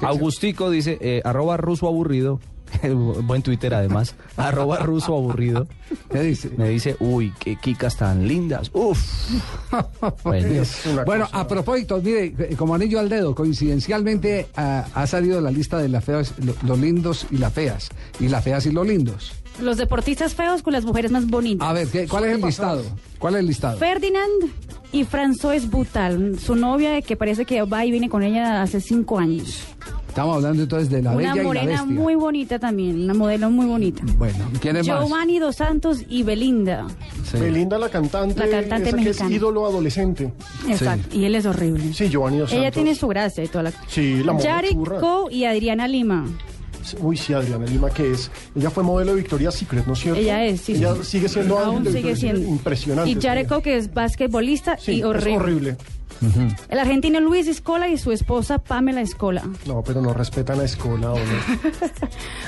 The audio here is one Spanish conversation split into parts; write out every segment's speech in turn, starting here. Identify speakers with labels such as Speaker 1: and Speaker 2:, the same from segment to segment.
Speaker 1: Augustico dice, eh, arroba ruso aburrido. Buen Twitter además. arroba ruso aburrido.
Speaker 2: ¿Qué dice?
Speaker 1: Me dice, uy, qué quicas tan lindas. Uf. Bueno.
Speaker 2: Bueno, a propósito, mire, eh, como anillo al dedo, coincidencialmente ah, ha salido la lista de las feas, lo- los lindos y las feas, y las feas y los lindos.
Speaker 3: Los deportistas feos con las mujeres más bonitas.
Speaker 2: A ver, ¿qué- ¿cuál es el listado? ¿Cuál es el listado?
Speaker 3: Ferdinand y François Butal, su novia que parece que va y viene con ella hace cinco años.
Speaker 2: Estamos hablando entonces de la
Speaker 3: Una
Speaker 2: bella y la
Speaker 3: morena
Speaker 2: bestia.
Speaker 3: muy bonita también, una modelo muy bonita.
Speaker 2: Bueno, ¿quién es más?
Speaker 3: Giovanni Dos Santos y Belinda.
Speaker 2: Sí.
Speaker 4: Belinda, la cantante,
Speaker 3: La cantante
Speaker 4: esa que es
Speaker 3: mexicana.
Speaker 4: ídolo adolescente.
Speaker 3: Exacto. Y él es horrible.
Speaker 4: Sí, Giovanni Dos
Speaker 3: Ella
Speaker 4: Santos.
Speaker 3: tiene su gracia y toda la.
Speaker 4: Sí, la moda
Speaker 3: Yari
Speaker 4: churra.
Speaker 3: Coe y Adriana Lima.
Speaker 4: Uy, sí, Adriana Lima, que es. Ella fue modelo de Victoria's Secret, ¿no es cierto?
Speaker 3: Ella es, sí.
Speaker 4: Ella sigue siendo
Speaker 3: Aún
Speaker 4: ágil de
Speaker 3: sigue
Speaker 4: Victoria's Secret,
Speaker 3: siendo.
Speaker 4: impresionante.
Speaker 3: Y Jared Coe, que es basquetbolista
Speaker 4: Sí,
Speaker 3: y horrible.
Speaker 4: Es horrible.
Speaker 3: El argentino Luis Escola y su esposa Pamela Escola.
Speaker 4: No, pero no respetan a Escola. ¿o no?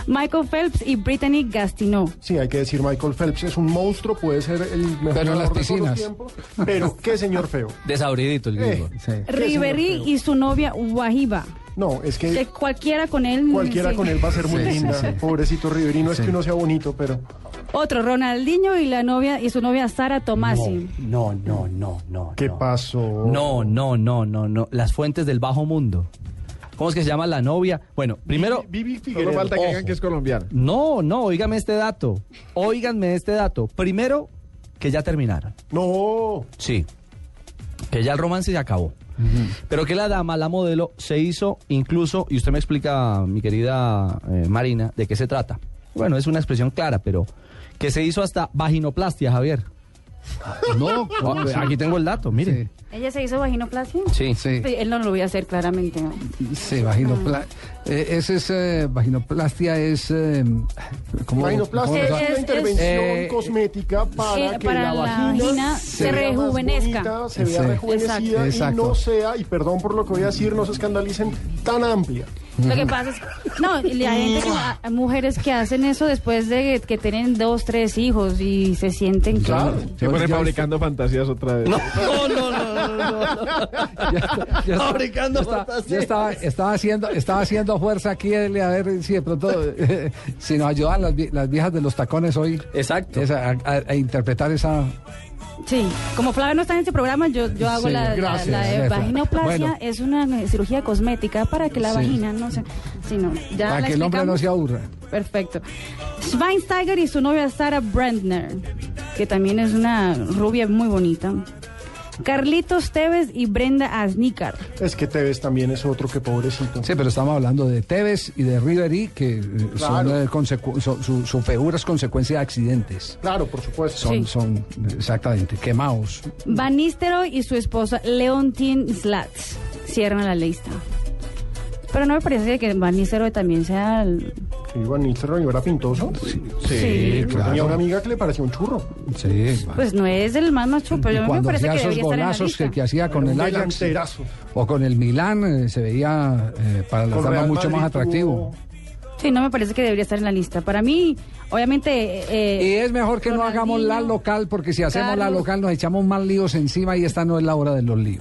Speaker 3: Michael Phelps y Brittany Gastineau.
Speaker 4: Sí, hay que decir, Michael Phelps es un monstruo, puede ser el mejor
Speaker 2: Pero en las
Speaker 4: nadador de todos los
Speaker 2: piscinas.
Speaker 4: tiempos, pero qué señor feo.
Speaker 1: Desabridito el griego.
Speaker 2: Sí.
Speaker 4: Eh, señor
Speaker 3: Ribery
Speaker 4: feo.
Speaker 3: y su novia Wahiba.
Speaker 4: No, es
Speaker 3: Que
Speaker 4: que
Speaker 3: cualquiera con él.
Speaker 4: cualquiera
Speaker 3: sí.
Speaker 4: con él va a ser muy
Speaker 2: Sí, sí,
Speaker 4: linda.
Speaker 2: sí.
Speaker 4: Pobrecito Riverino, es
Speaker 2: Sí.
Speaker 4: que uno sea bonito, pero.
Speaker 3: Otro, Ronaldinho y la novia y su novia Sara Tomasi.
Speaker 1: No, no, no, no.
Speaker 4: ¿Qué
Speaker 1: no.
Speaker 4: pasó?
Speaker 1: No, no, no, no, no. Las fuentes del bajo mundo. ¿Cómo es que se llama la novia? Bueno, primero.
Speaker 4: Vivi Figueredo.
Speaker 1: que digan que es colombiano. No, no, oígame este dato. Óiganme este dato. Primero, que ya terminaron.
Speaker 4: No.
Speaker 1: Sí. Que ya el romance se acabó. Pero que la dama, la modelo, se hizo incluso, y usted me explica, mi querida eh, Marina, de qué se trata. Bueno, es una expresión clara, pero que se hizo hasta vaginoplastia, Javier.
Speaker 2: No, ¿cómo
Speaker 1: Ah,
Speaker 2: así?
Speaker 1: Aquí tengo el dato, mire.
Speaker 3: ¿Ella se hizo vaginoplastia?
Speaker 1: Sí.
Speaker 2: Sí,
Speaker 3: Pues, Él no lo voy a hacer claramente. ¿no?
Speaker 2: sí, vaginopla- eh, ese es, eh, vaginoplastia es... eh, ¿cómo- cómo
Speaker 4: Vainoplastia es,
Speaker 2: lo-
Speaker 3: Es-
Speaker 4: una
Speaker 3: es-
Speaker 4: intervención
Speaker 2: Eh,
Speaker 4: cosmética para
Speaker 3: eh,
Speaker 4: que
Speaker 3: para
Speaker 4: la
Speaker 3: la
Speaker 4: vagina,
Speaker 3: vagina
Speaker 2: se
Speaker 4: vea más
Speaker 3: rejuvenezca.
Speaker 4: bonita, se vea
Speaker 2: Sí.
Speaker 4: rejuvenecida
Speaker 2: Exacto.
Speaker 4: y no sea, y perdón por lo que voy a decir, no se escandalicen, tan amplia.
Speaker 3: Lo que pasa es. No, la gente que- a- a mujeres que hacen eso después de que tienen dos, tres hijos y se sienten.
Speaker 4: Claro.
Speaker 2: Se pone
Speaker 5: fabricando fantasías otra vez.
Speaker 1: No, no, no, no, no, no.
Speaker 2: Ya está- ya está-
Speaker 1: Fabricando
Speaker 2: ya está-
Speaker 1: fantasías.
Speaker 2: ya
Speaker 4: ¿eh?
Speaker 2: estaba, estaba haciendo, estaba haciendo fuerza aquí, Ele, a ver si de pronto, eh, si nos ayudan las, vie- las viejas de los tacones hoy
Speaker 1: Exacto.
Speaker 2: esa- a, a- a interpretar esa...
Speaker 3: Sí, como Flavio no está en este programa, yo, yo hago
Speaker 2: Sí,
Speaker 3: la, la-
Speaker 2: gracias,
Speaker 3: la de
Speaker 2: jefa.
Speaker 3: vaginoplastia.
Speaker 2: Bueno.
Speaker 3: Es una eh, cirugía cosmética para que la
Speaker 2: Sí.
Speaker 3: vagina no se. sí, no, ya
Speaker 2: para
Speaker 3: la
Speaker 2: que el hombre no
Speaker 3: explicamos.
Speaker 2: se aburra.
Speaker 3: Perfecto. Schweinsteiger y su novia Sara Brandner, que también es una rubia muy bonita. Carlitos Tevez y Brenda Asnicar.
Speaker 4: Es que Tevez también es otro que pobrecito.
Speaker 2: Sí, pero estamos hablando de Tevez y de Riverí, que eh, son,
Speaker 4: Claro.
Speaker 2: eh, consecu- son- su, su figura es consecuencia de accidentes.
Speaker 4: Claro, por supuesto.
Speaker 2: Son,
Speaker 3: Sí.
Speaker 2: son eh, exactamente quemados.
Speaker 3: Van Nistelrooy y su esposa Leontine Slats cierran la lista. Pero no me parece que Van Nistelrooy también sea el...
Speaker 4: Sí, Van Nistelrooy era pintoso.
Speaker 3: Sí,
Speaker 4: Yo Tenía una amiga que le parecía un churro.
Speaker 2: Sí, va.
Speaker 3: Pues no es el más macho, pero
Speaker 2: Y
Speaker 3: a mí me
Speaker 2: cuando
Speaker 3: parece
Speaker 2: hacía
Speaker 3: que
Speaker 2: esos
Speaker 3: debería estar en la
Speaker 2: golazos
Speaker 3: lista.
Speaker 2: que, que hacía con
Speaker 4: Era
Speaker 2: el
Speaker 4: un
Speaker 2: Ajax
Speaker 4: delanterazo.
Speaker 2: o con el Milán, eh, se veía eh, para la
Speaker 4: Con
Speaker 2: dama
Speaker 4: Real
Speaker 2: mucho más
Speaker 4: Madrid
Speaker 2: atractivo.
Speaker 4: tuvo-
Speaker 3: Sí, no me parece que debería estar en la lista. Para mí, obviamente... eh,
Speaker 2: Y es mejor que no hagamos la
Speaker 3: Ronaldinho,
Speaker 2: local, porque si hacemos la
Speaker 3: Carlos.
Speaker 2: local nos echamos más líos encima y esta no es la hora de los líos.